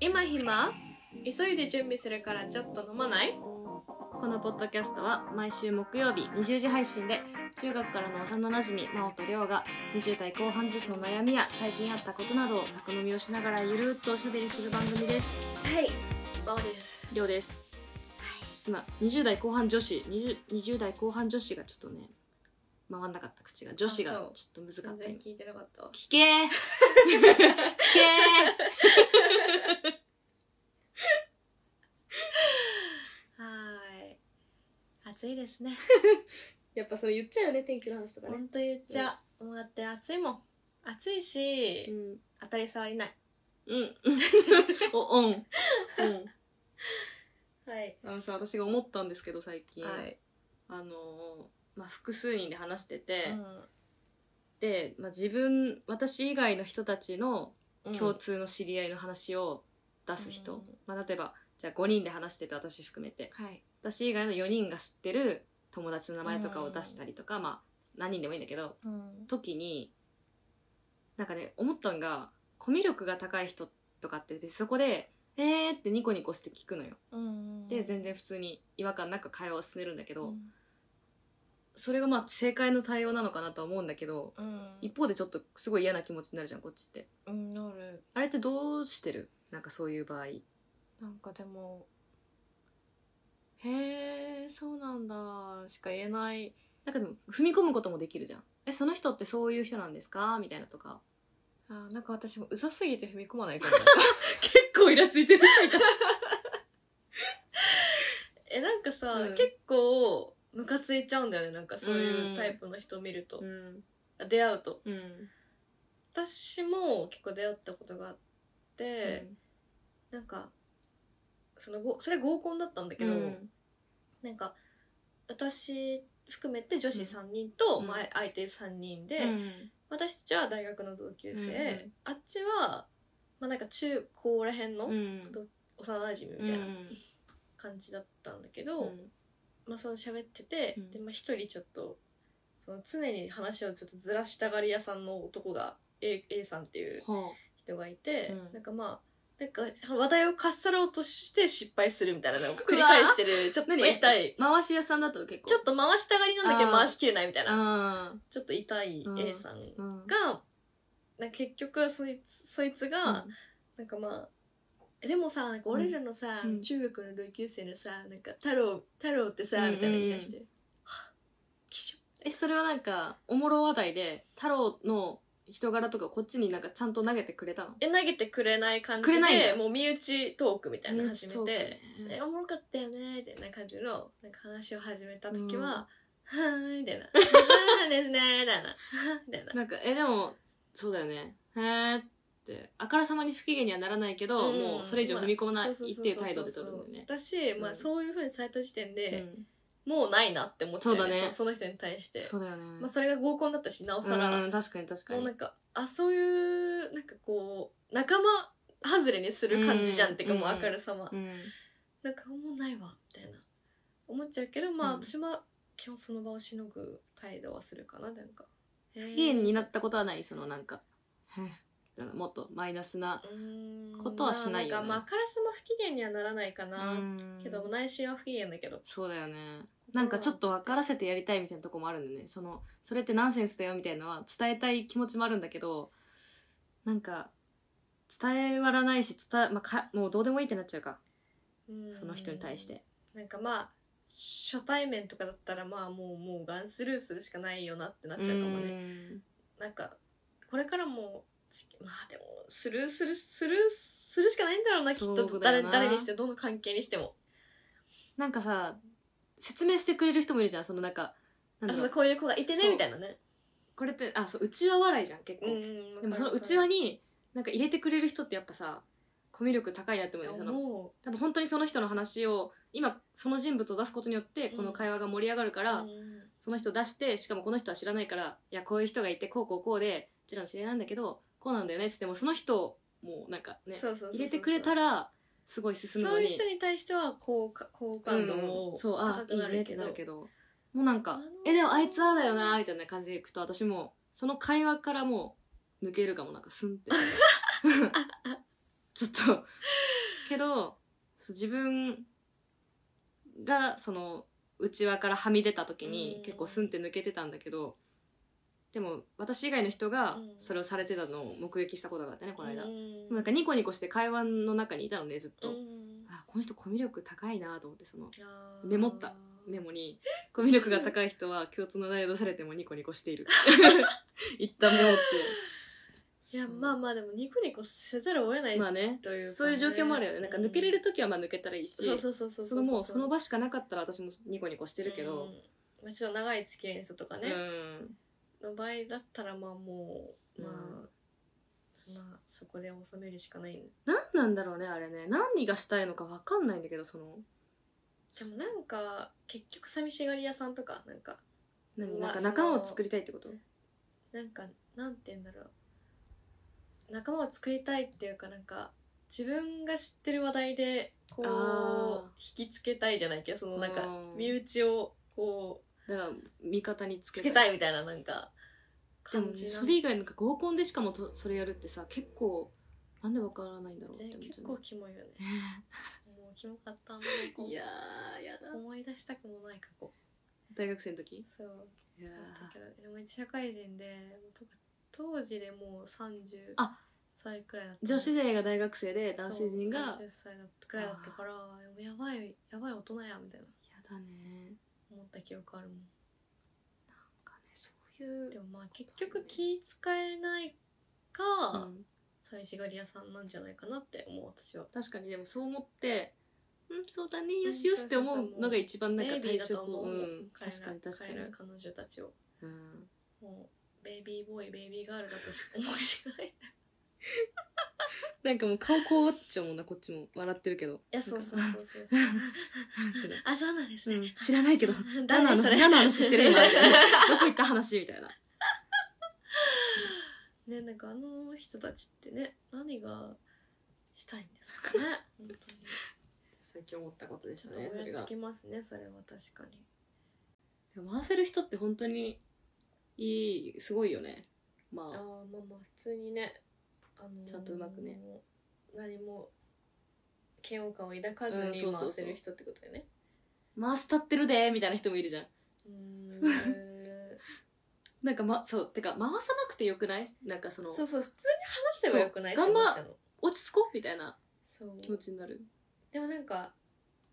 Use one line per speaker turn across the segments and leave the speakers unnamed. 今暇急いで準備するからちょっと飲まない
このポッドキャストは毎週木曜日20時配信で中学からの幼なじみ真央と亮が20代後半女子の悩みや最近あったことなどを宅飲みをしながらゆるーっとおしゃべりする番組です
はい真央です
亮です、今20代後半女子 20, 20代後半女子がちょっとね回んなかった口が女子が
あ
ち
そ
ょ
う
っと難か
全然
った今
聞いてなかったわ
聞けー聞けー
はーい暑いですね
やっぱそれ言っちゃうよね天気の話と
ほんと言っちゃうもうだって暑いもん暑いし、
うん
当たり障りない
うん。お、うん。うん。
はい
あのさ、私が思ったんですけど、最近。
はい、
あのーまあ、複数人で話してて、
う
で、まあ、自分、私以外の人たちの
ん
共通の知り合いの話を出す人。
うん
まあ、例えば、じゃあ5人で話してて、私含めて。
はい
私以外の4人が知ってる友達の名前とかを出したりとか、まあ、何人でもいいんだけど、
うん
時になんかね思ったんがコミュ力が高い人とかって別にそこで「えー」ってニコニコして聞くのよ。
うん
で全然普通に違和感なく会話を進めるんだけど、
うん
それがまあ正解の対応なのかなとは思うんだけど
うん
一方でちょっとすごい嫌な気持ちになるじゃんこっちって。
うんなる
あれってどうしてるなんかそういう場合。
なんかでもへえそうなんだしか言えない
なんかでも踏み込むこともできるじゃん。えその人ってそういう人なんですかみたいな とか。
あーなんか私もうざすぎて踏み込ま ないから
結構イラついてる。
えなんかさ、
うん
結構ムカついちゃうんだよねなんかそういううんタイプの人を見ると
う、ん。
あ出会うと
うん。
私も結構出会ったことがあって、なんかそのごそれ合コンだったんだけ
う
ど、
ん。
なんか私含めて女子3人と、
うん
まあ、相手3人で、
うん
私たちは大学の同級生、
うんうん
あっちは、まあ、なんか中高らへんの
うん
幼馴染みみたいな感じだったんだけど、
うん
まあその喋ってて、
うん
でまあ、一人ちょっとその常に話をちょっとずらしたがり屋さんの男が A, A さんっていう
は
人がいて、
うん
なんかまあなんか話題をかっさらおうとして失敗するみたいなのを繰り返してるちょっと
何
痛い
あ、回し屋さんだと結構
ちょっと回したがりなんだけど
あー
回しきれないみたいな
あ
ちょっと痛い
うん
A さん
ーうん
が、なんか結局そいつそいつが、なんかまあえでもさなんか俺らのさ、
うん
中学の同級生のさなんか太郎太郎ってさ、
うんうんうん
みたいな言い出してはっ気象
えそれはなんかおもろ話題で太郎の人柄とかこっちになんかちゃんと投げてくれたの
え投げてくれない感じ
くれないん
で
だ
もう身内トークみたいなの始め
うん
て、
うん
えおもろかったよねみたいな感じのなんか話を始めた時は、はーいみた いな「はーいですね」みたいな「みたいな。
なんかえでもそうだよねへえってあからさまに不機嫌にはならないけど、
ん
もうそれ以上踏み込まない
まあ
っていう態度で取るんだよね
そうそうそうそう私、ま
う
あ、
ん
そういうふうにされた時点
う
で、
ん
もうないなって思っちゃう
そうだね
そそ の人に対して
そうだよね、
まあ、それが合コンだったしなおさら、
うん確かに確か
もう
に
なんかあそういうなんかこう仲間外れにする感じじゃん、
うん
ってかもう
うん
明るさま、
うん
なんかもうないわみたいな思っちゃうけどまあ、
うん
私は基本その場をしのぐ態度はするかななんか不
不機嫌になったことはないそのなんかへえもっとマイナスなことはしないよね
まあ、なんかまあ明るさも不機嫌にはならないかな、
うん
けど内心は不機嫌だけど
そうだよねなんかちょっと分からせてやりたいみたいなとこもあるんだよねそのそれってナンセンスだよみたいなのは伝えたい気持ちもあるんだけどなんか伝えわらないし伝え、まあ、かもうどうでもいいってなっちゃうか
うん
その人に対して
なんかまあ初対面とかだったらまあもうもうガンスルーするしかないよなってなっちゃうかもね
ね
なんかこれからもまあでもスルーするスルーするしかないんだろうなきっ
そう
と
だ
誰
よな
誰にしてもどの関係にしても
なんかさ説明してくれる人もいるじゃんそのなんかなん
あ
だ
そう
ろう
こういう子がいて
そ
ね
う
みたいなね
これってあそううちわ笑いじゃん結構、
ん
でもそのうちわ
に
になんか入れてくれる人ってやっぱさコミュ力高いなって思うよねその
も
多分本当にその人の話を今その人物を出すことによってこの会話が盛り上がるか
う
ら、
うん
その人出してしかもこの人は知らないからいやこういう人がいてこうこうこうでうちらの知り合いなんだけどこうなんだよねっつってもその人もなんかね
そうそうそうそう
入れてくれたらすごい進む
そ
の
うい
に
う人に対しては好感好感度
う
を
んそう
高
あい
く
い
な
ね
る
って
け
な
ど
るけどもうなん
あ
か
の
えでもあいつはだよなみたいな感じでいくと私 もうその会話からもう抜けるかもなんかスンってちちょっとけどそう自分がその内輪からはみ出た時
う
に
ん
結構スンって抜けてたんだけど、でも私以外の人が
うん
それをされてたのを目撃したことがあってねこの間、
う
で
ん
もなんかニコニコして会話の中にいたのねずっと、
うん
あこの人コミュ力高いなと思ってその
あー
メモったメモに「コミュ力が高い人は共通の題を出されてもニコニコして いる」一旦メモって
いやまあまあでもニコニコせざるを得ない、
まあね
というかね
そういう状況もあるよねなんか抜けれる時はまあ抜けたらいいし、
そうそうそうそう
そのもうその
場
場しかなかったら私もニコニコしてるけど、
うんまあ、ちょっと長い付き合いの人とかね、
うん
の場合だったらまあもう、まあまあそこで収めるしかないで
何なんだろうねあれね何がしたいのか分かんないんだけどその
もなんか結局寂しがり屋さんとかなんか
何
まあ
なんか
その
仲間を作りたいってこと
なんかなんて言うんだろう仲間を作りたいっていうかなんか自分が知ってる話題でこう
あ
引きつけたいじゃないけどそのなんか
うん
身内をこう
だから味方につ
つ
け
けたいみたいななんか
でも
感
ね
じな
それ以外なんか合コンでしかもとそれやるってさ結構なんで分からないんだろうって思っち
結
ゃ
構
う
キモいよね
ね
もうキモかったん
いやーやだ
思い出したくもない過去
大学生の時
そう
いやー
だったけどでも社会人でと当時でもう30
あ
歳くらいだった
女子勢が大学生で男性陣がや
そう30歳だったくらいだったからでもやばいやばい大人やみたいな
だね
思った記憶あるもん
なんかねそういう
でもまあ結局気使えないか、
うん
寂しがり屋さんなんじゃないかなって思う私は
確かにでもそう思ってうんそうだねよしよしって思うのが一番なんか
ベイビ
対
ーだと
処
思
法
う、
うん
彼ら
確かに確かに
彼ら彼女たちを
うん
もうベイビーボーイベイビーガールだとしか思うしかないい
なんかもう顔こうなっちゃうもんなこっちも笑ってるけ どい
やそうそうそうそう そうあそうなんですね、
うん、知らないけど何の
誰
話
それ
何の話して る今どこ行った話みたいな
ねなんかあの人たちってね何がしたいんです かね本当に
最近思ったことで
ちょっとおやつきますねそれは確かに
回せる人って本当にいいすごいよね
ああ
まあ
まあまあ普通にね、あのー
ちゃんとうまくね
何も嫌悪感を抱かず
うんそう
に
そうそう
回せる人ってことだよね
回したってるでみたいな人もいるじゃん
うー
なんかまそうてか回さなくてよくないなんかその
んそうそう普通に話せばよくない
そ
っ
う
て思っちゃうの
落ち着こうみたいな
そう
気持ちになる
でもなんか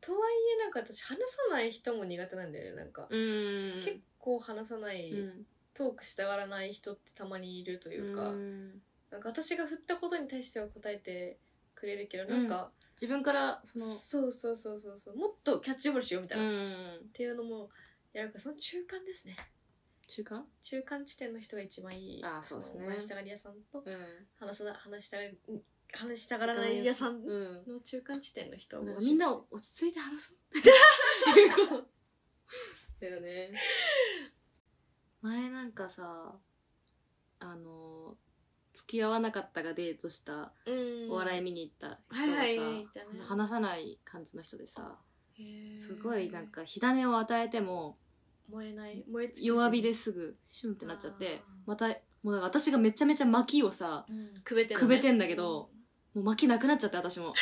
とはいえなんか私話さない人も苦手なんだよねなんか、
うん
結構話さない、
うん
トークしたがらない人ってたまにいるというか、
うん
なんか私が振ったことに対しては答えてくれるけどなんか、
自分からその
そうそうそうそうそうもっとキャッチボールしようみたいな、っ
ん
ていうのもやるからその中間ですね
中間
中間地点の人が一番いい
あーそうですね
の話したがり屋さんと
うん
話さな話したがりん話したがらない屋さん
うん
の中間地点の人を
な
募
んか
集
みんなを落ち着いて話そう。だよね。前なんかさ、あの、付き合わなかったがデートした、
うん
お笑い見に行った
は
人がさ、
いはいいたね
話さない感じの人でさ、
へー
すごいなんか火種を与えても、
燃えない燃え尽きず
弱火ですぐシュンってなっちゃって
あー、
また、もうなんか私がめちゃめちゃ薪をさ、
うんくべてんの
くべてんだけどもう薪なくなっちゃって 私も。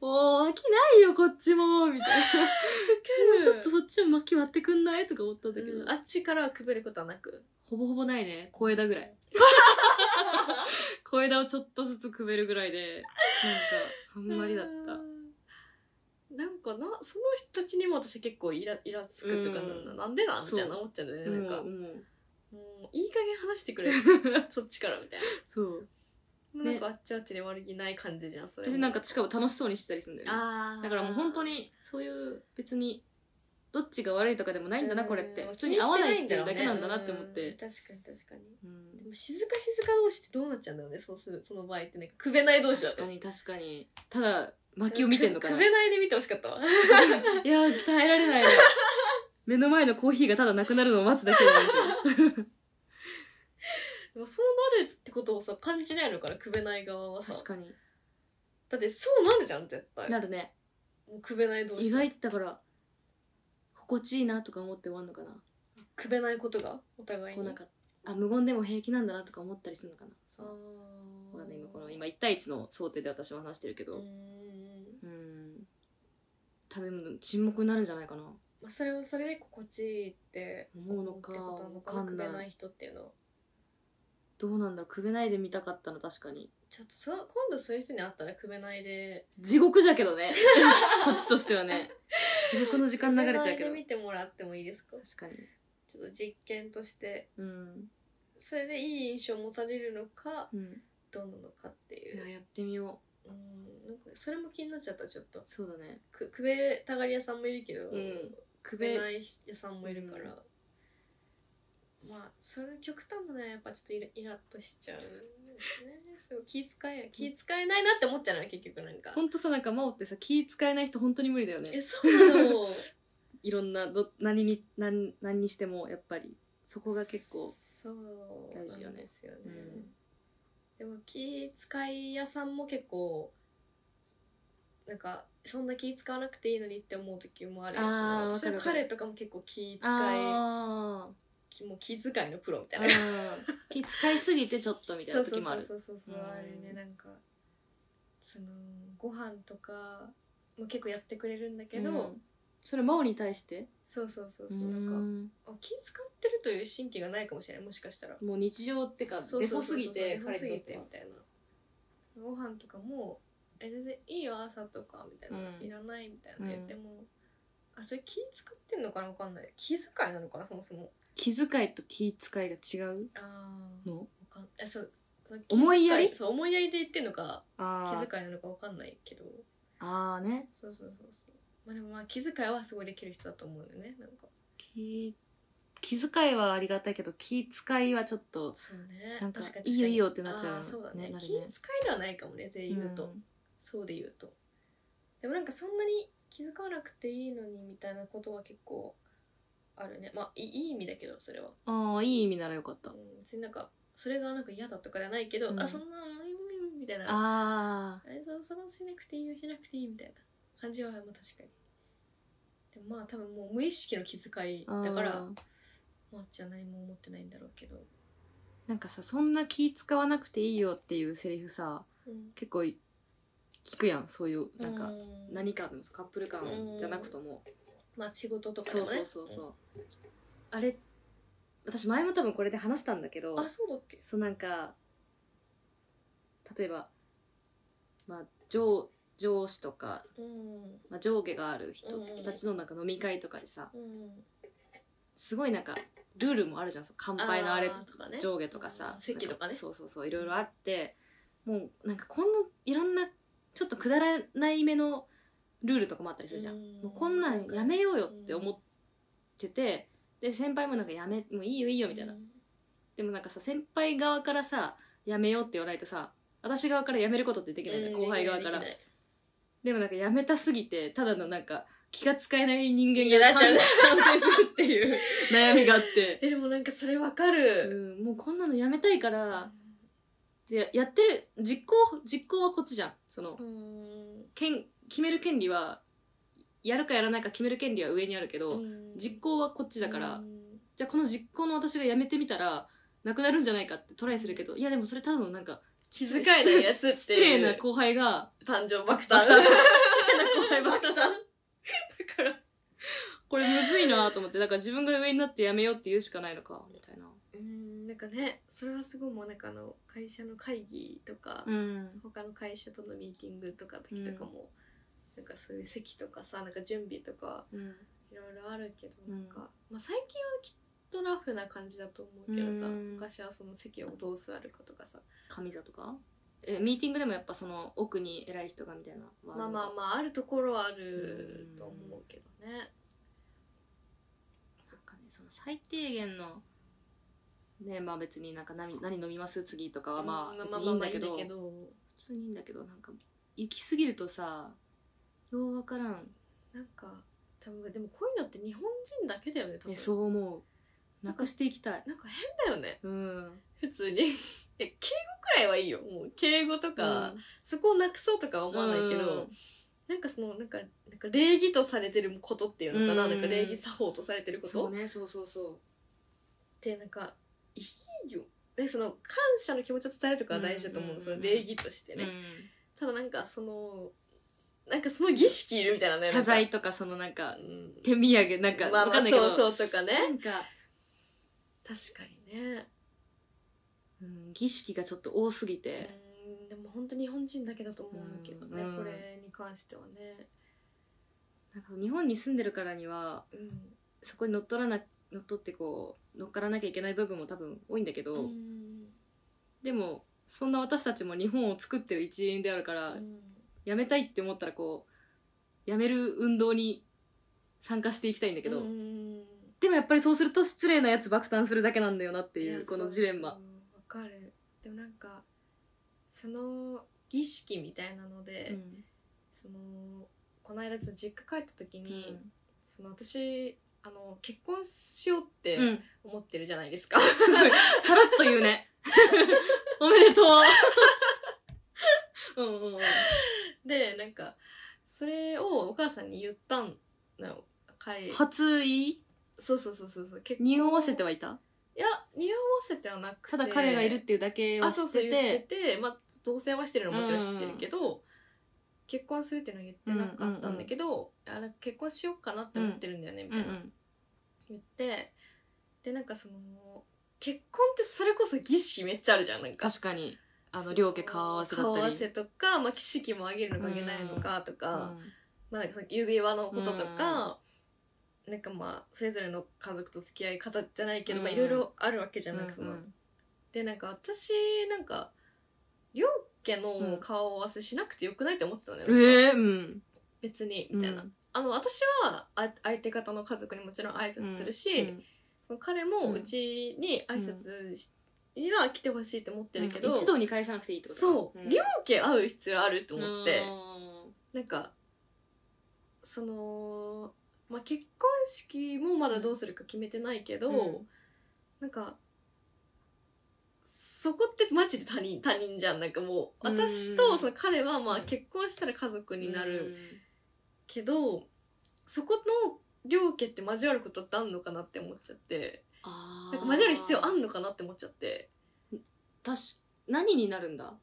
もう薪ないよこっちもみたいな。
うん
ちょっとそっちも薪割ってくんないとか思ったんだけど、
うんあっちからはくべることはなく
ほぼほぼないね小枝ぐ らい小枝をちょっとずつくべるぐらいでなんかあんまりだった
なんかなその人たちにも私結構イライラつくとか、
うん
なんでなんみたいな
そう
思っちゃうんだよ
う
ね
ん
なんか、
うん
もういい加減話してくれ そっちからみたい
そう
な、
ね
なんかあっちあっちで悪気ない感じじゃんそれ
私なんかしかも楽しそうにしてたりするんだよね
あー
だからもう本当にそういう別にどっちが悪いとかでもないんだなこれって
うん
普通に合わないっていうだけなんだなって思っ
うん
て
確かに確かに
うん
でも静か静か同士ってどうなっちゃうんだろうねそうするその場合ってなんかくべない同士だ
確
と
かに確かにただ薪を見てんのかな
くべないで見てほしかったわ
いやー耐えられないな目の前のコーヒーがただなくなるのを待つだけなんですよ
でもそうなるってことをさ感じないのかなくべない側はさ
確かに
だってそうなるじゃん絶対
なるね
もうくべない同士
意外だから心地いいなとか思って終わんのかな
くべないことがお互い
こう
に
なんかあ無言でも平気なんだなとか思ったりするのかな
あ
そうわかんない今この
ー
今1対1の想定で私は話してるけ
う
ど
ん
うん多分沈黙になるんじゃないかな
まあ、それはそれで心地いいって
思うのか
ってことなのか
わ
な
かん
く
ない
べない人っていうのは
どうなんだろうくべないで見たかったな確かに
ちょっとそ今度そういう人に会ったらくべないで
地獄だけどね こっちとしてはね地獄の時間流れちゃうけど
くべないで見てもらってもいいですか
確かに
ちょっと実験として
うん、
それでいい印象を持たれるのか
うん、
どうなのかってい
いや
う
やってみよう
うんなんかそれも気になっちゃったちょっと
そうだね
くくべたがり屋さんもいるけど、
うん
く
く
べ
べ
ない屋さんもいるから、まあそれ極端だねやっぱちょっとイライラっとしちゃうですねすごい気遣え気遣えないなって思っちゃうな結局なんか
ほんとさなんか真央ってさ気使えない人本当に無理だよ
え
ね
そうな のこ
いろんなど何に何何にしてもやっぱりそこが結構
そう
大事よね
なんですよね、
うん
でも気遣い屋さんも結構なんかそんな気使わなくていいのにって思う時もあるよ
あ
そ
ー
の
わ
私
かる
の
わかる
彼とかも結構気遣い
あー
きもう気遣いのプロみたい
あ
な
ー気使いすぎてちょっとみたいな時もある
そうそうそうそうそう
うん
あれねなんかそのご飯とかも結構やってくれるんだけど、
うんそれ真央に対して
そうそうそう
う
そうなんか
ん
あ気使ってるという神経がないかもしれないもしかしたら
もう日常ってか
そう
デ
そ
フォ
うそ
す
うそう
ぎて
デフォ
彼
すぎ
にとって
て
は
みたいなご飯とかも「え全然いいよ朝とか」みたいな「
うん
いらない」みたいな言っても、あそれ気使ってんのかなわかんない気遣いなのかなそもそも
気遣いと気遣いが違う
ああ
の
かんえそうそう
思いやり
気遣そう思いやりで言ってんのか気
あー
遣いなのかわかんないけど
あーね
そうそうそうそう。まあでもまあ気遣いはすごいできる人だと思うんだよね。なんか。
気気遣いはありがたいけど気遣いはちょっと
そうね。
なんか
確に
いいよいいよってなっちゃう
あーそうだね
ねな
気
るね
遣いではないかもね。で言うと、
ん
そうで言うと。でもなんかそんなに気遣わなくていいのにみたいなことは結構あるね。まあいいいい意味だけどそれは。
ああいい意味ならよかっ
う
た
ん、別になんかそれがなんか嫌だとかじゃないけど、
うん
あそんなうんうんみたいな。あ
あ
れそそのしなくていいよしなくていいみたいな感じはまあ確かに。でもまあ多分もう無意識の気遣い
あ
だから。
あー
まっちゃん何も思ってないんだろうけど、
なんかさそんな気使わなくていいよっていうセリフさ結構い聞くやんそういうなんか何かのカップル間じゃなくとも
まあ仕事とかで
そう
も
そ
ね
うそうそうあれ私前も多分これで話したんだけど
あそうだっけ
そうなんか例えばまあ上上司とか、
うん
まあ、上下がある人
うん
たちのなんか飲み会とかでさ
うん
すごいなんかルールもあるじゃんそう乾杯のあれ
ーとかね
上下とかさ
うん席とかね
なんそうそうそういろいろあってもうなんかこんないろんなちょっとくだらない目のルールとかもあったりするじゃん、
うん
もうこんなんやめようよって思ってて、で先輩もなんかやめもういいよいいよみたいな、
うん
でもなんかさ先輩側からさやめようって言わないとさ私側からやめることってできないじゃん後輩側から
できない
でもなんかやめたすぎてただのなんか気が使えない人間
いや
が
なっちゃう
完成するっていう 悩みがあって、
えでもなんかそれわか
う
る、
ん、もうこんなのやめたいか
う
ら
ん
でやってる実行実行はこっちじゃんそのけん決める権利はやるかやらないか決める権利は上にあるけど、
うん
実行はこっちだから、
うん
じゃあこの実行の私がやめてみたらなくなるんじゃないかってトライするけどいやでもそれただのなんか
気遣いのやつって
失礼
いう
な後輩が
誕生爆誕
爆 誕
失礼な 後輩爆誕
だからこれむずいなと思ってだから自分が上になってやめようって言うしかないのかみたいな
うんなんかねそれはすごいもうなんかあの会社の会議とか、
うん
他の会社とのミーティングとか時とかも、なんかそういう席とかさなんか準備とか
うん
いろいろあるけど、
うん
なんか、まあ、最近はきっとラフな感じだと思うけどさ、
うん
昔はその席をどう座るかとかさ、
神座とかえミーティングでもやっぱその奥に偉い人がみたいな
まあまあまああるところはあると思うけどね。
あなんかねその最低限のねまあ別になんか何何飲みます次とかはま
うん
あ別にいいんだけ
まあま
ど
あまあいいんだけど
普通にいいんだけどなんか行き過ぎるとさようわからん
なんか多分でもこういうのって日本人だけだよね多
え
分
そう思うなくしていきたい
なんか変だよね
うん
普通に いや敬語くらいはいいよもう敬語とか、そこをなくそうとかは思わないけど、
うん
なんかそのなんかなんか礼儀とされてることっていうのかな,、
うん
なんか礼儀作法とされてるこ
そ
と
うねそうそうそ
ってなんかいいいよでその感謝の気持ちを伝えるとかは大事だと思う,、
うんうんうん
その礼儀としてね、
うん
ただなんかそのなんかその儀式いるみたいなね
謝罪
と
とかそのなんか
うん
手土産なんか
まあ
わ
ま
か
あ
んないけど、
そうそうとかね
なんか、
確かにね
うん、儀式がちょっと多すぎて、
うんでも本当日本人だけだと思うけどね、
うん
これに関してはね
なんか日本に住んでるからには
うん
そこに乗っ取らな乗っ取ってこう乗っからなきゃいけない部分も多分多いんだけど、
うん
でもそんな私たちも日本を作ってる一員であるから、
うん
やめたいって思ったらこうやめる運動に参加していきたいんだけど、
うん
でもやっぱりそうすると失礼なやつ爆誕するだけなんだよなって
い
い
や
うこのジレンマ
そうそうわかるでもなんかその儀式みたいなので、
うん
そのこの間その実家帰った時に、その私あの結婚しようっ
う
て
ん
思ってるじゃないですか、
すごいさらっと言うねおめでとううんうんうん
でなんかそれをお母さんに言ったんのよ帰
初言い
そうそうそうそうそう結婚
匂わせてはいた
いや匂わせてはなくて
ただ彼がいるっていうだけは
あ
知
そう
っ
そう
て
言っててて、まあ、同棲はしてるのもちろん知ってるけど、結婚するっていうのは言ってなかったんだけど、あなんか結婚しようかなって思ってるんだよね、み
う
た
ん
いうな、
ん
言ってでなんかその結婚ってそれこそ儀式めっちゃあるじゃんなんか
確かにあの両家顔合わせだった
顔合
り
わせとか、まあ、式もあげるのかあげないのかとか、まあ、なんか指輪のこととか、なんかまあそれぞれの家族と付き合い方じゃないけど、まあ、
う
い
んうん
ろいろあるわけじゃないその、
うん
でなんか私なんか両家の顔合わせしなくてよくないって思ってたのよ、
う
なんんか
ええうん
別にみたいな、
うん
あの私はあ相手方の家族にもちろん挨拶するし、
うん
その彼
う
も
ん
うちに挨拶し、には来てほしいって思ってるけど、
うん一堂に会さなくていいってことか
そう、
ん
両家会う必要あるって思って、
うん
なんかその、まあ、結婚式もまだどうするか決めてないけど、
うん
なんかそこってマジで他人他人じゃんなんかもう
うん
私とその彼はまあ
うん
結婚したら家族になるけど、そこの両家って交わることってあんのかなって思っちゃって
あー
なんか交わる必要あんのかなって思っちゃって
確か何になるんだ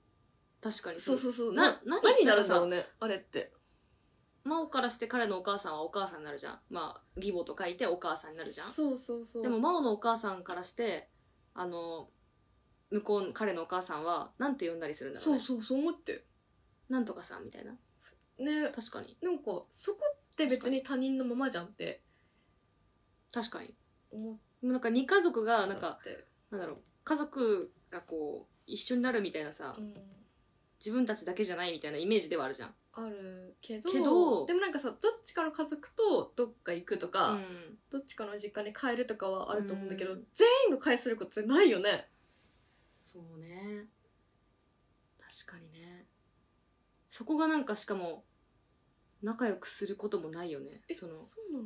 確かに
そうそうそう
な
な
何
何になるんだ
さ
ろうねあれって
真央からして彼のお母さんはお母さんになるじゃんまあ義母と書いてお母さんになるじゃん
そうそうそう
でも真央のお母さんからしてあの向こうの彼のお母さんはなんて呼んだりするんだろう
そ
ね
うそうそう思って
なんとかさんみたいな
ね
確かに
なんかそこって別に他人のままじゃんって
確かに
思っ
でもなんか2家族
ちゃっ
が
て
なんかなんだろう家族がこう一緒になるみたいなさ
うん、
自分たちだけじゃないみたいなイメージではあるじゃん
あるけど
けど
でもなんかさどっちかの家族とどっか行くとか、
うん
どっちかの実家に帰るとかはあると思うんだけど、
うん
全員が帰することってないよね
そうね確かにねそこがなんかしかも仲良くすることもないよねその
うなの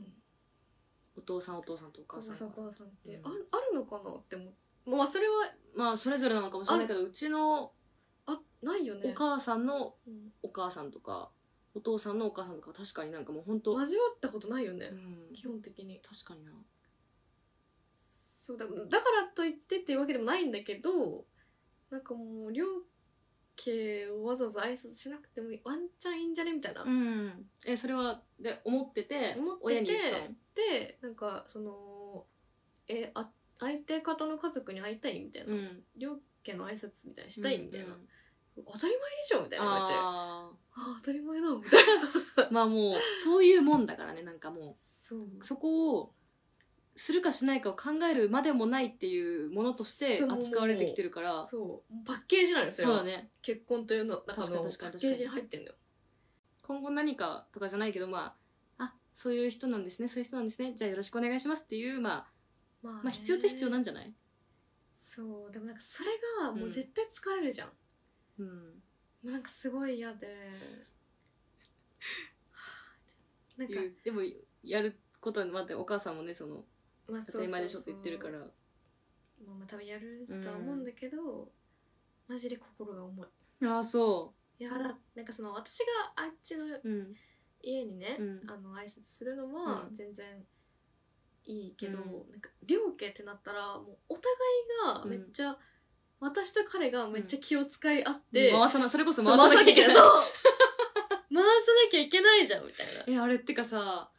お父さんお父さんとお
お
母さん
母さんお
が
母さんって、
うん
あるあるのかなって思うまあそれは
まあそれぞれなのかもしれないけどうちの
あないよね
お母さんの
うん
お母さんとかお父さんのお母さんとか確かになんかもう本当、
交
う
わ
ん、
ったことないよね、基
確
本的に
かにな
そうだだからといってっていうわけでもないんだけどなんかもう両家をわざわざ挨拶しなくてもワンチャンいいんじゃねみたいな、
うんえそれはで思ってて
思ってて
親に言ったの
でなんかそのえあ相手方の家族に会いたいみたいな、
うん
両家の挨拶みたいにしたいみたいな、
うんうん
当たり前でしょみたいな言われてあ
あ
あ当たり前だみたいな
ーまあもうそういうもんだからねなんかも
そう
う そこをするかしないかを考えるまでもないっていうものとして
そう
扱われてきてるからそ
そうパッケージなのよそれ
う
は
だね
結婚というの中
確か
の
に
パ
確かに
ッケージに入ってんのよ
今後何かとかじゃないけどまああそういう人なんですねそういう人なんですねじゃあよろしくお願いしますっていうまあ
まあね
まあ必要っちゃ必要なんじゃない
そうでもなんかそれがもううん絶対疲れるじゃん、
うん
もうなんかすごい嫌 でなんか
いうでもやることにまってお母さんもねその
まあ
当たり前でしょって言ってるから
まあ、まあ多分やるとは思うんだけど、マジで心が重い
ああそ
いやだなんかその私があっちの
ううん
家にね、
うん
あの挨拶するのは
うん
全然いいけど、
うん
なんか両家ってなったらもうお互いがめっちゃ、私と彼がめっちゃ気を使い合って、
回さなそれこそ
そう
回さなきゃいけない
そう回さなきゃいけないじゃんみたいな
えあれってかさ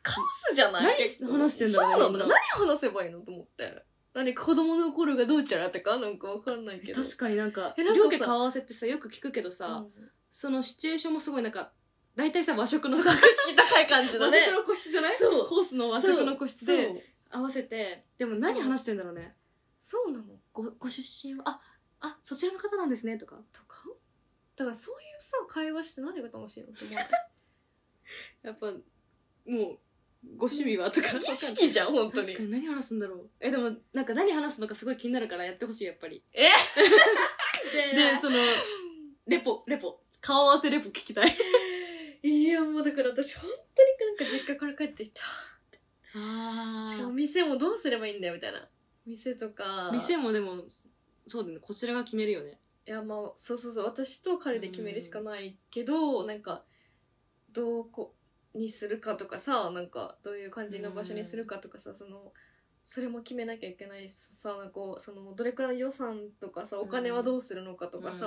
すじゃない
何
結構
話してんだろうね
そうなんだ何話せばいいのと思って何子供の頃がどうちゃらとかなんかわかんないけど
確かになんか
えなんかさ
両家顔合わせってさよく聞くけどさ、そのシチュエーションもすごいなんか大体さ和食のさ
格式高い感じ
和
だね
食の個室じゃない
そう
コースの和食の個室で
そう
合わせてでも何
そう
話してんだろうね
そうなの
ごご出身はああそちらの方なんですねとか
とかだからそういうさ会話して何が楽しいのって思わない
やっぱもうご趣味は とか
儀式じゃん本当
確
に
かに何話すんだろうえでもなんか何話すのかすごい気になるからやってほしいやっぱり
え
でそのレポレポ顔合わせレポ聞きたい
いやもうだから私本当になんか実家から帰ってきた
あ
しかも店もどうすればいいんだよみたいな店とか
店もでもそうだねこちらが決めるよね
いやまあそうそうそう私と彼で決めるしかないけど、なんかどうこにするかとかさなんかどういう感じの場所にするかとかさ、そのそれも決めなきゃいけないしさなんかこうそのどれくらい予算とかさお金はどうするのかとかさ、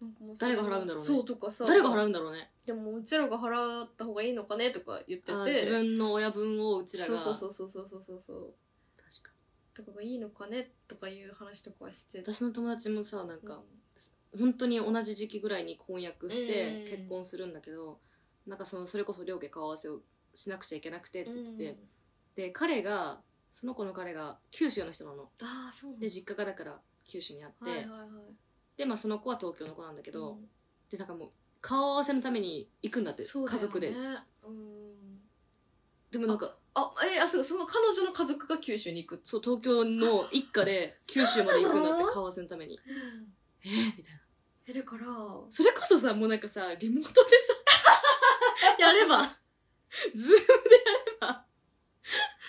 なんかもうそれ
誰が払うんだろうね
そうとかさ
誰が払うんだろうね
でもうちらが払った方がいいのかねとか言ってて
あ自分の親分をうちらが
そうそうそうそうそうそうそう
確か
とかがいいのかねとかいう話とかはして
に私の友達もさな
う
んか
ん
本当に同じ時期ぐらいに婚約して
うん
結婚するんだけどなんかそのそれこそ両家顔合わせをしなくちゃいけなくてって言ってて、
うん
で彼がその子の彼が九州の人なの
ああそうなんだ
で実家がだから九州にあって、
はいはいはい
でまあその子は東京の子なんだけど、
うん
でなんかもう顔合わせのために行くんだって、
そうだ
家
よね
族で
うん
でもなんか
あえあそうその彼女の家族が九州に行く
そう東京の一家で九州まで行くんだ
そう
っ て
なの
顔合わせのためにえー、みたいな
えだから
それこそさもうなんかさリモートで さやればズームでやれば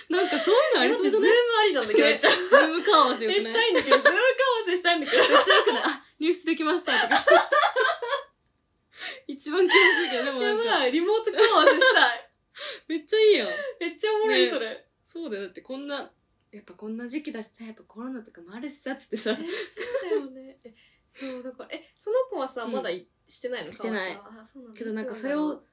なんかそういうのありそうじゃない
ありなんだけどめっちゃ
ズーム顔合わせよくな
え
い
したいんだけどズーム顔合わせしたいんだけど
めっちゃよくないあ、入室できましたとか。 一番気持ちいいけど、でもなんか、
いリモート顔合わせしたい
めっちゃいいやん。
めっちゃおもろい
ね
それ
そうだよ、だってこんな、やっぱこんな時期だしさ、やっぱコロナとかもあるしさ、つってさ。
そうだよねえそうだからえその子はさ
うん
まだいしてないの
してない
顔合わせあそうだ
けどなんかそれを、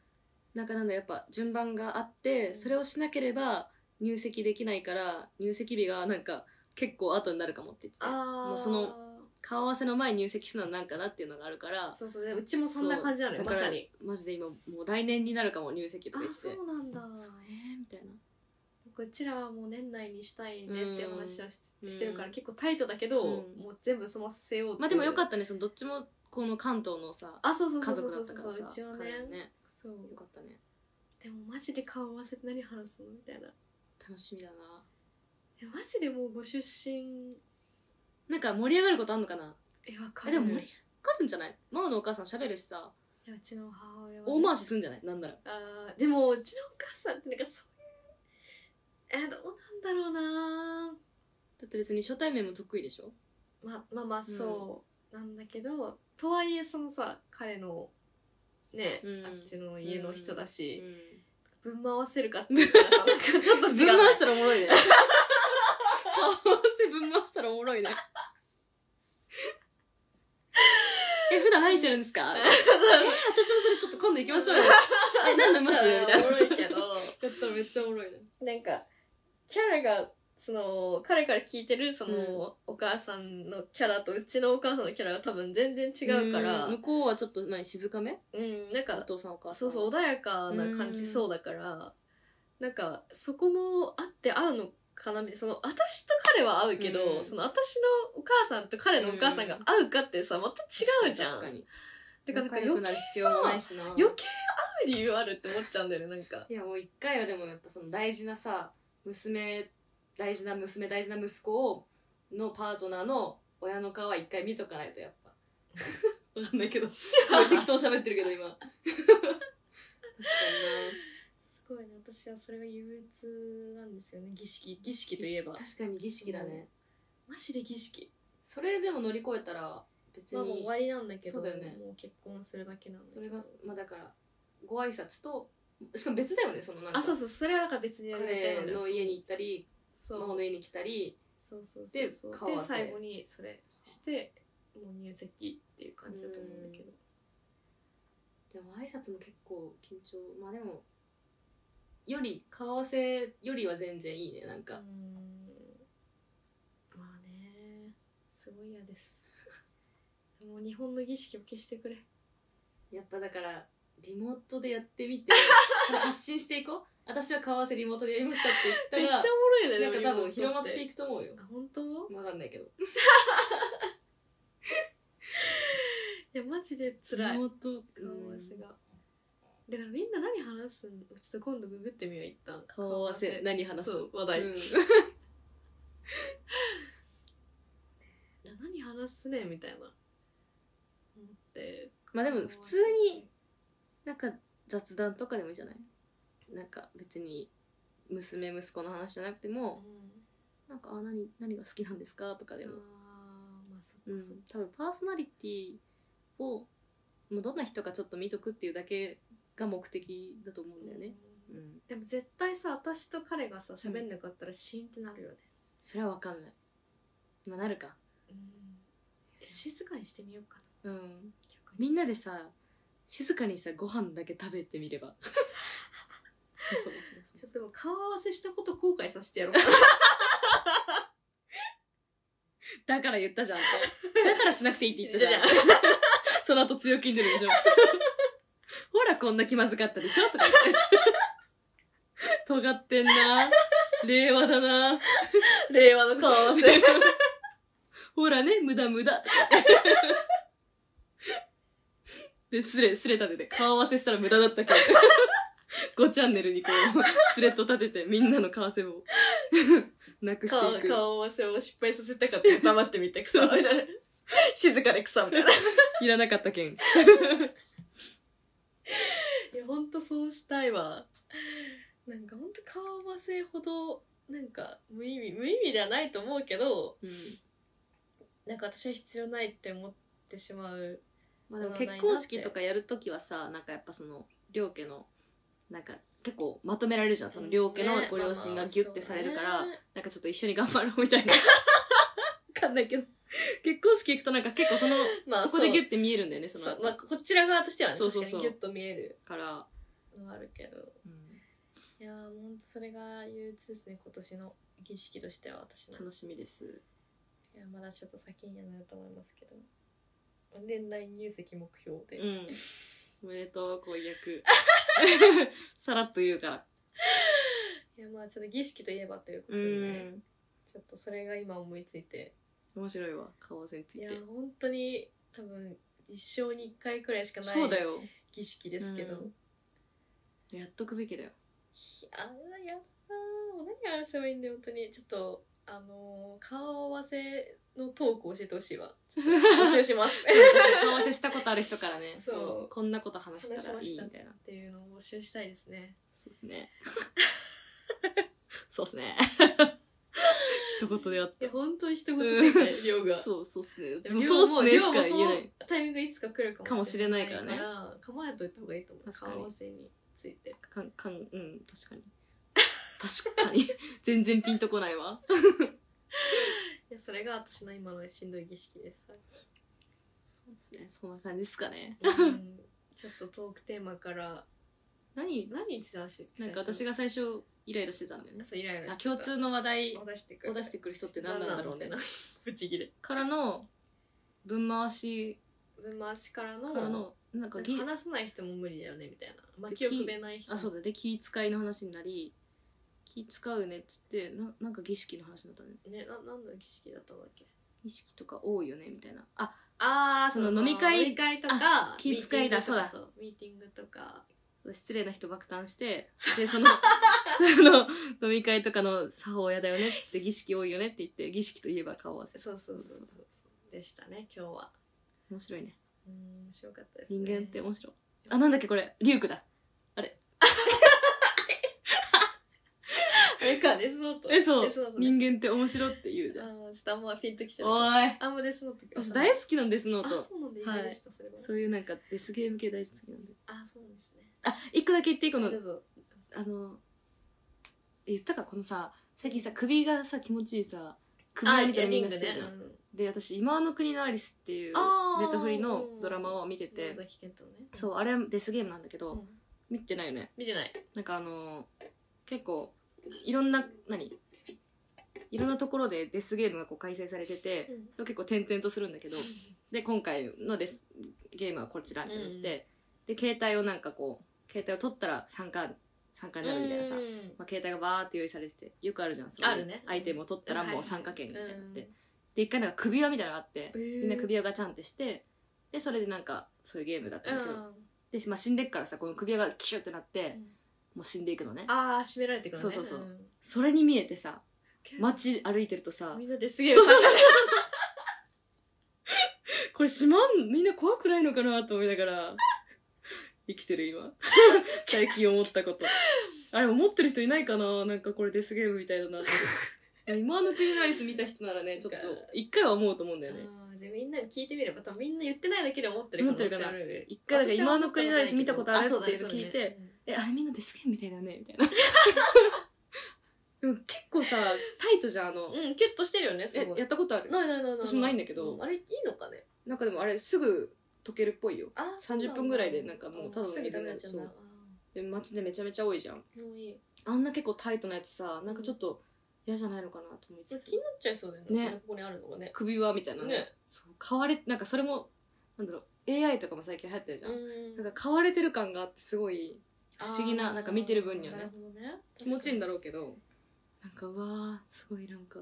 なんかなんだ、やっぱ順番があって、それをしなければ入籍できないから、入籍日がなんか結構後になるかもって言って
あ
た
ー
もうその顔合わせの前に入籍するのはなんかなっていうのがあるから、
そうそうでうちもそんな感じなのよ
そう
ま
だから
さに
マジで今もう来年になるかも入籍とか言
あ
ってて。
そうなんだ
そうえーみたいな。
こちらはもう年内にしたいねっていう話をし,、
うん
してるから結構タイトだけど、
うん
もう全部済ませよう
まあでもよか
った
ったねそのどっちもこの関東のさ
あそうそうそ
家
うそう
族だ
そうそう
ったからさ
うちはね
彼らね
そう
よかったね
でもマジで顔合わせて何話すのみたいな
楽しみだな
えマジでもうご出身
なんか盛り上がることあんのかな
えわか
え
る
でも盛り上がるんじゃない真央のお母さん喋るしさ
いやうちの母親はね、
大回しすんじゃないなんなら
あーでもうちのお母さんってなんかそういうえどうなんだろうな
だって別に初対面も得意でしょ
ままあまあそうなんだけど、とはいえそのさ彼のね、
うん
あっちの家の人だ
う
し、
ん
ぶん回せるかって言ったらさなんかちょっと違う
ぶん回したらおもろいね顔合わせぶん回したらおもろいね え普段何してるんですかえー私もそれちょっと今度行きましょうよえ何飲みます みたいな
おもろいけど
やったらめっちゃおもろいね
なんかキャラがその彼から聞いてるその、お母さんのキャラとうちのお母さんのキャラが多分全然違うから
ん向こうはちょっと何静かめ
うん、なん
お
か
父さんお母さん
そうそう穏やかな感
うん
じそうだからなんかそこもあって合うのかなみたいなその私と彼は合うけど、
うん
その私のお母さんと彼のお母さんが合うかってさまた違うじゃん。
確かに
だからなんか
仲良く
余
な
計
る必要もないしな
余計合う理由あるって思っちゃうんだよねなんか。
いやもう一回はでもやっぱその大事なさ娘大事な娘大事な息子をのパートナーの親の顔は一回見とかないとやっぱ わかんな いけどすごい適当に喋ってるけど今確か
すごいね私はそれが憂鬱なんですよね儀式儀式
にな
といえば
確かに儀式だね、
うんマジで儀式
それでも乗り越えたら別
まあもう
に
終わりなんだけ
そ
ど
うだよね
もう結婚するだけなんだけ
そ
ど
れがまあだからご挨拶としかも別だよねそのなんか
あそうそうそれはなんか別にやりたい
彼の家に行ったり
そ
魔法
う
の家に来たり
そうそうそ
で
うそう
顔合
で
わせ
最後にそれしてもう入籍っていう感じだと思うんだけど
でも挨拶も結構緊張まあでもより顔合わせよりは全然いいねなんか、
うーんまあねすごい嫌です もう日本の儀式を消してくれ
やっぱだからリモートでやってみ て発信していこう私は顔合わせリモートでやりましたって
め
言
っ
っ
ち
た
ゃ
ら
おもろいね
なんか多
でも
分広まってい
く
くと思うよ
あ本当い
わかんないけど
やマジで辛い
リ
顔合わ
モート
せがだからみんな何話すんちょっと今度ググってみよう一旦
顔合わせ何話す
そ
の
う話題、
うん
何話すねみたいな思って
まあでも普通になんか雑談とかでもいいじゃないなんか別に娘息子の話じゃなくて
う
も
ん
なんかあ何何が好きなんですかとかで
あー
も、
まあそっか
うん
そっか、
多分パーソナリティをもうどんな人かちょっと見とくっていうだけが目的だと思うんだよね、
う
うんん、
でも絶対さ私と彼がさ喋んなかったらシーンってなるよね、
それは分かんない今なるか
静かにしてみようかな
うん
逆に
みんなでさ静かにさご飯だけ食べてみれ ばそうそうそう
ち
そ
ょ
う
っとでも顔合わせしたこと後悔させてやろうかな
だから言っ たじゃんってだからしなくていいって言ったじゃん
言った
その後強気に出るでしょほらこんな気まずかったでしょとか言って尖ってんな令和だな
令和の顔合わせ
ほらね、無駄無駄。で、スレ、スレ立てて、顔合わせしたら無駄だったけど、5チャンネルにこう、スレッド立てて、みんなの顔合わせを、なくしていく。
顔合わせを失敗させたかったら黙ってみて草みたいな静かで草 みたいない
いらなかったけ
や
ん。
ほんとそうしたいわなんかほんと顔合わせほどなんか無意味無意味ではないと思うけど
うん。
なんか私は必要ないって思ってしまう
まあでも結婚式とかやるときはさ、なんかやっぱその、両家の、なんか結構まとめられるじゃん。その両家のご両親がギュッてされるから、なんかちょっと一緒に頑張ろうみたいな。わかんないけど。結婚式行くとなんか結構その、
まあ
そこでギュッて見えるんだよね、その。
そうまあ、こちら側としてはね
そう
確か
そう
にギ
そう
ュッと見える
から、
のはあるけどいやーもうほんとそれが憂鬱ですね今年の儀式としては私の
楽しみです。
いやまだちょっと先にはなると思いますけど年内入籍目標で、
うん。おめでとう、婚 約。さらっと言うから。
いやまあちょっと儀式といえばということ
う
で、ね
ん。
ちょっとそれが今思いついて
面白いわ、顔合わせについ
い
て
や。本当に多分一生に一回くらいしかない
そうだよ。
儀式ですけど、
うんやっとくべきだ
い
よ。
やーやだーもう何話せばいいんだよ本当にちょっとあのー顔合わせのトークを教えてほしい わちょっと募集します
顔合わせしたことある人からね、
そう
そう。こんなこと話したらい
話しまし
い
た
みたいな
っ。ていうのを募集したいですね
そうですね。そうですね。一言であっ
い
た
や。本当に一言ついて量が
そうそうっすね。
で
そ
も
う
量も
そうっすねしか
量もその
言えない。
タイミングがいつか来るかもしれないから
かもしれないか
構えといた方がいいと思う
確かに
顔合わせについて
かん、かん、うん、確かに。確かに。全然ピンとこないわ。
いやそれが私の今のしんどい儀式です、
そうですね。そんな感じですかね。
うんちょっとトークテーマから
何
何について話して
なんか私
が
が最初イライラしてたんだよね。
そうイライラ
あ、
してた
共通の話題
を出してく
を
る
出してくる人って何なんだろうね。
ブチギレ
からの、分回し
分回しからの
からの、なんかぎ、
話さない人も無理だよねみたいな巻きをくべない人
あ、そうだ。で、気遣いの話になり、気遣うねっつって、ななんか儀式の話だったね。
ねななんだ儀式だったんだっけ
儀式とか多いよね、みたいな。あ、
あ
ーその飲み会
とか
気遣い
ミーティン
だ
グとか
そうだ
うミーティングとか
失礼な人爆誕して、で、その、その、飲み会とかの作法やだよねってって、儀式多いよねって言って、儀式といえば顔合わせ。
そうそうそうそうでしたね今日は
面白いね。
うん面白かったです、ね、
人間って面白い。あ、なんだっけこれ、リュウクだ。
あれかデスノート
え、そ
デスノー
う
ト。ね
人間って面白いって言うじ
あ
ゃん。
ーちょっとあんまピンときてない
おーい。
あんまデスノートくだ
私
さ
大
い
好きなんです、ノー
あ
ト。
そうなんだ
はい
夢でしたそれは
そういうなんか、デスゲーム系大好きなんで。
あそうなんですね
あ、一個だけ言っていいこの
ど、うぞ
あの、言ったか、このさ、最近さ首がさ気持ちいいさ首輪みたいなみんなしてるじゃん、で私「今の国のアリス」っていう
あー
ネットフリのドラマを見て
で
て、
崎健人のね
そうあれはデスゲームなんだけど、
うん
見てないよね
見てない
なんかあのー結構いろんな何いろんなところでデスゲームがこう開催されてて、
うん
それを結構転々とするんだけどで今回のデスゲームはこちらみたいになって、で携帯をなんかこう携帯を取ったら参加参加になるみたいなさ、
うん
まあ、携帯がバーって用意されててよくあるじゃんそういう
あるね
アイテムを取ったら
うん
も
はい
う参加券みたいになって、
うん
で一回なんか首輪みたいなのがあって、
えー
みんな首輪ガチャンってしてでそれでなんかそういうゲームだったんだけど、
うん
で、まあ、死んでっからさこの首輪がキシュってなって、
うん
もう死んでいくのね
ああ締められてくるのね
そうそうそうんそれに見えてさ街歩いてるとさ
みんなですげえそう
これしまんみんな怖くないのかなと思いながら生きてる 今最近思ったことあれ思ってる人いないかななんかこれデスゲームみたいだなって今のピーナリス見た人ならねちょっと一回は思うと思うんだよね
あーでみんなに聞いてみれば多分みんな言ってないだけで思ってる
思ってるかな
る
一回だけ今の国のアリス見たことあるっていうの聞いて、
私
えあれみんなデスゲームみたいだねみたいなでも結構さタイトじゃんあの
はそうだよねうん、キュッとしてるよねす
え
ごい
やったことある
ないないないない
私もないんだけど
うあれいいのかね
なんかでもあれすぐ溶けるっぽいよ
あー
30分ぐらいでなんかもうただの
すぐダメになっちゃうんだ
そうで街でめちゃめちゃ多いじゃん
あーもういい
あんな結構タイトなやつさなんかちょっと嫌じゃないのかなと思い
こ
つ
れ
つ
気になっちゃいそうだよ
ね
ねここにあるのがね
首輪みたいな
ね
そう買われなんかそれもなんだろう AI とかも最近流行ってるじゃん、
な
なんか買われてる感があってすごい不思議ななんか見てる分には
な
ね
るほどね
気持ちいいん
だ
だろうけどなんかうわーすごいなんか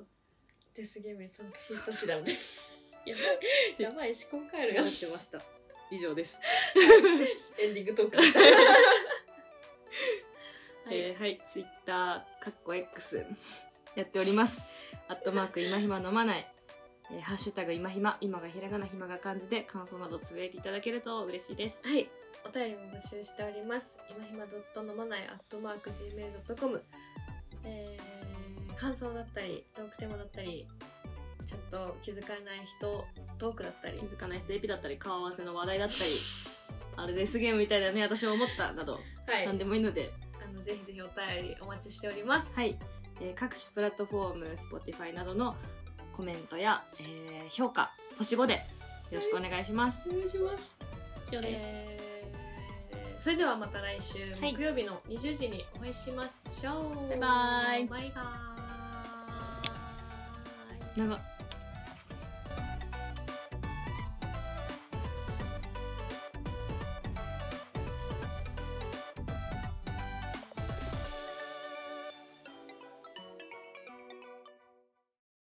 デスゲームに参加しとし だもんねやばいやばい思考回路
思
よ
ってました以上です、
エンディング トーク はい、
えーはい Twitter かっこ X やっておりますアットマーク今暇飲まないえーハッシュタグ今暇今がひらがな暇が漢字で感想などつぶやいていただけると嬉しいです
はい、お便りも募集しております。今ひまドットのまないアットマーク gmail ドットコム。えー感想だったり、トークテーマだったり、ちょっと気づかない人トークだったり
気、づかない人エピだったり顔合わせの話題だったりあれデスゲームみたいだね私は思ったなど
はい、
何でもいいので
あのぜひぜひお便りお待ちしております。
はい、えー各種プラットフォーム Spotify などのコメントや、えー評価星5でよろしくお願いします
お願いします。
以上です、
えーそれではまた来週
はい
木曜日の20時にお会いしましょう。
バイバイ
バイバイ。
長っ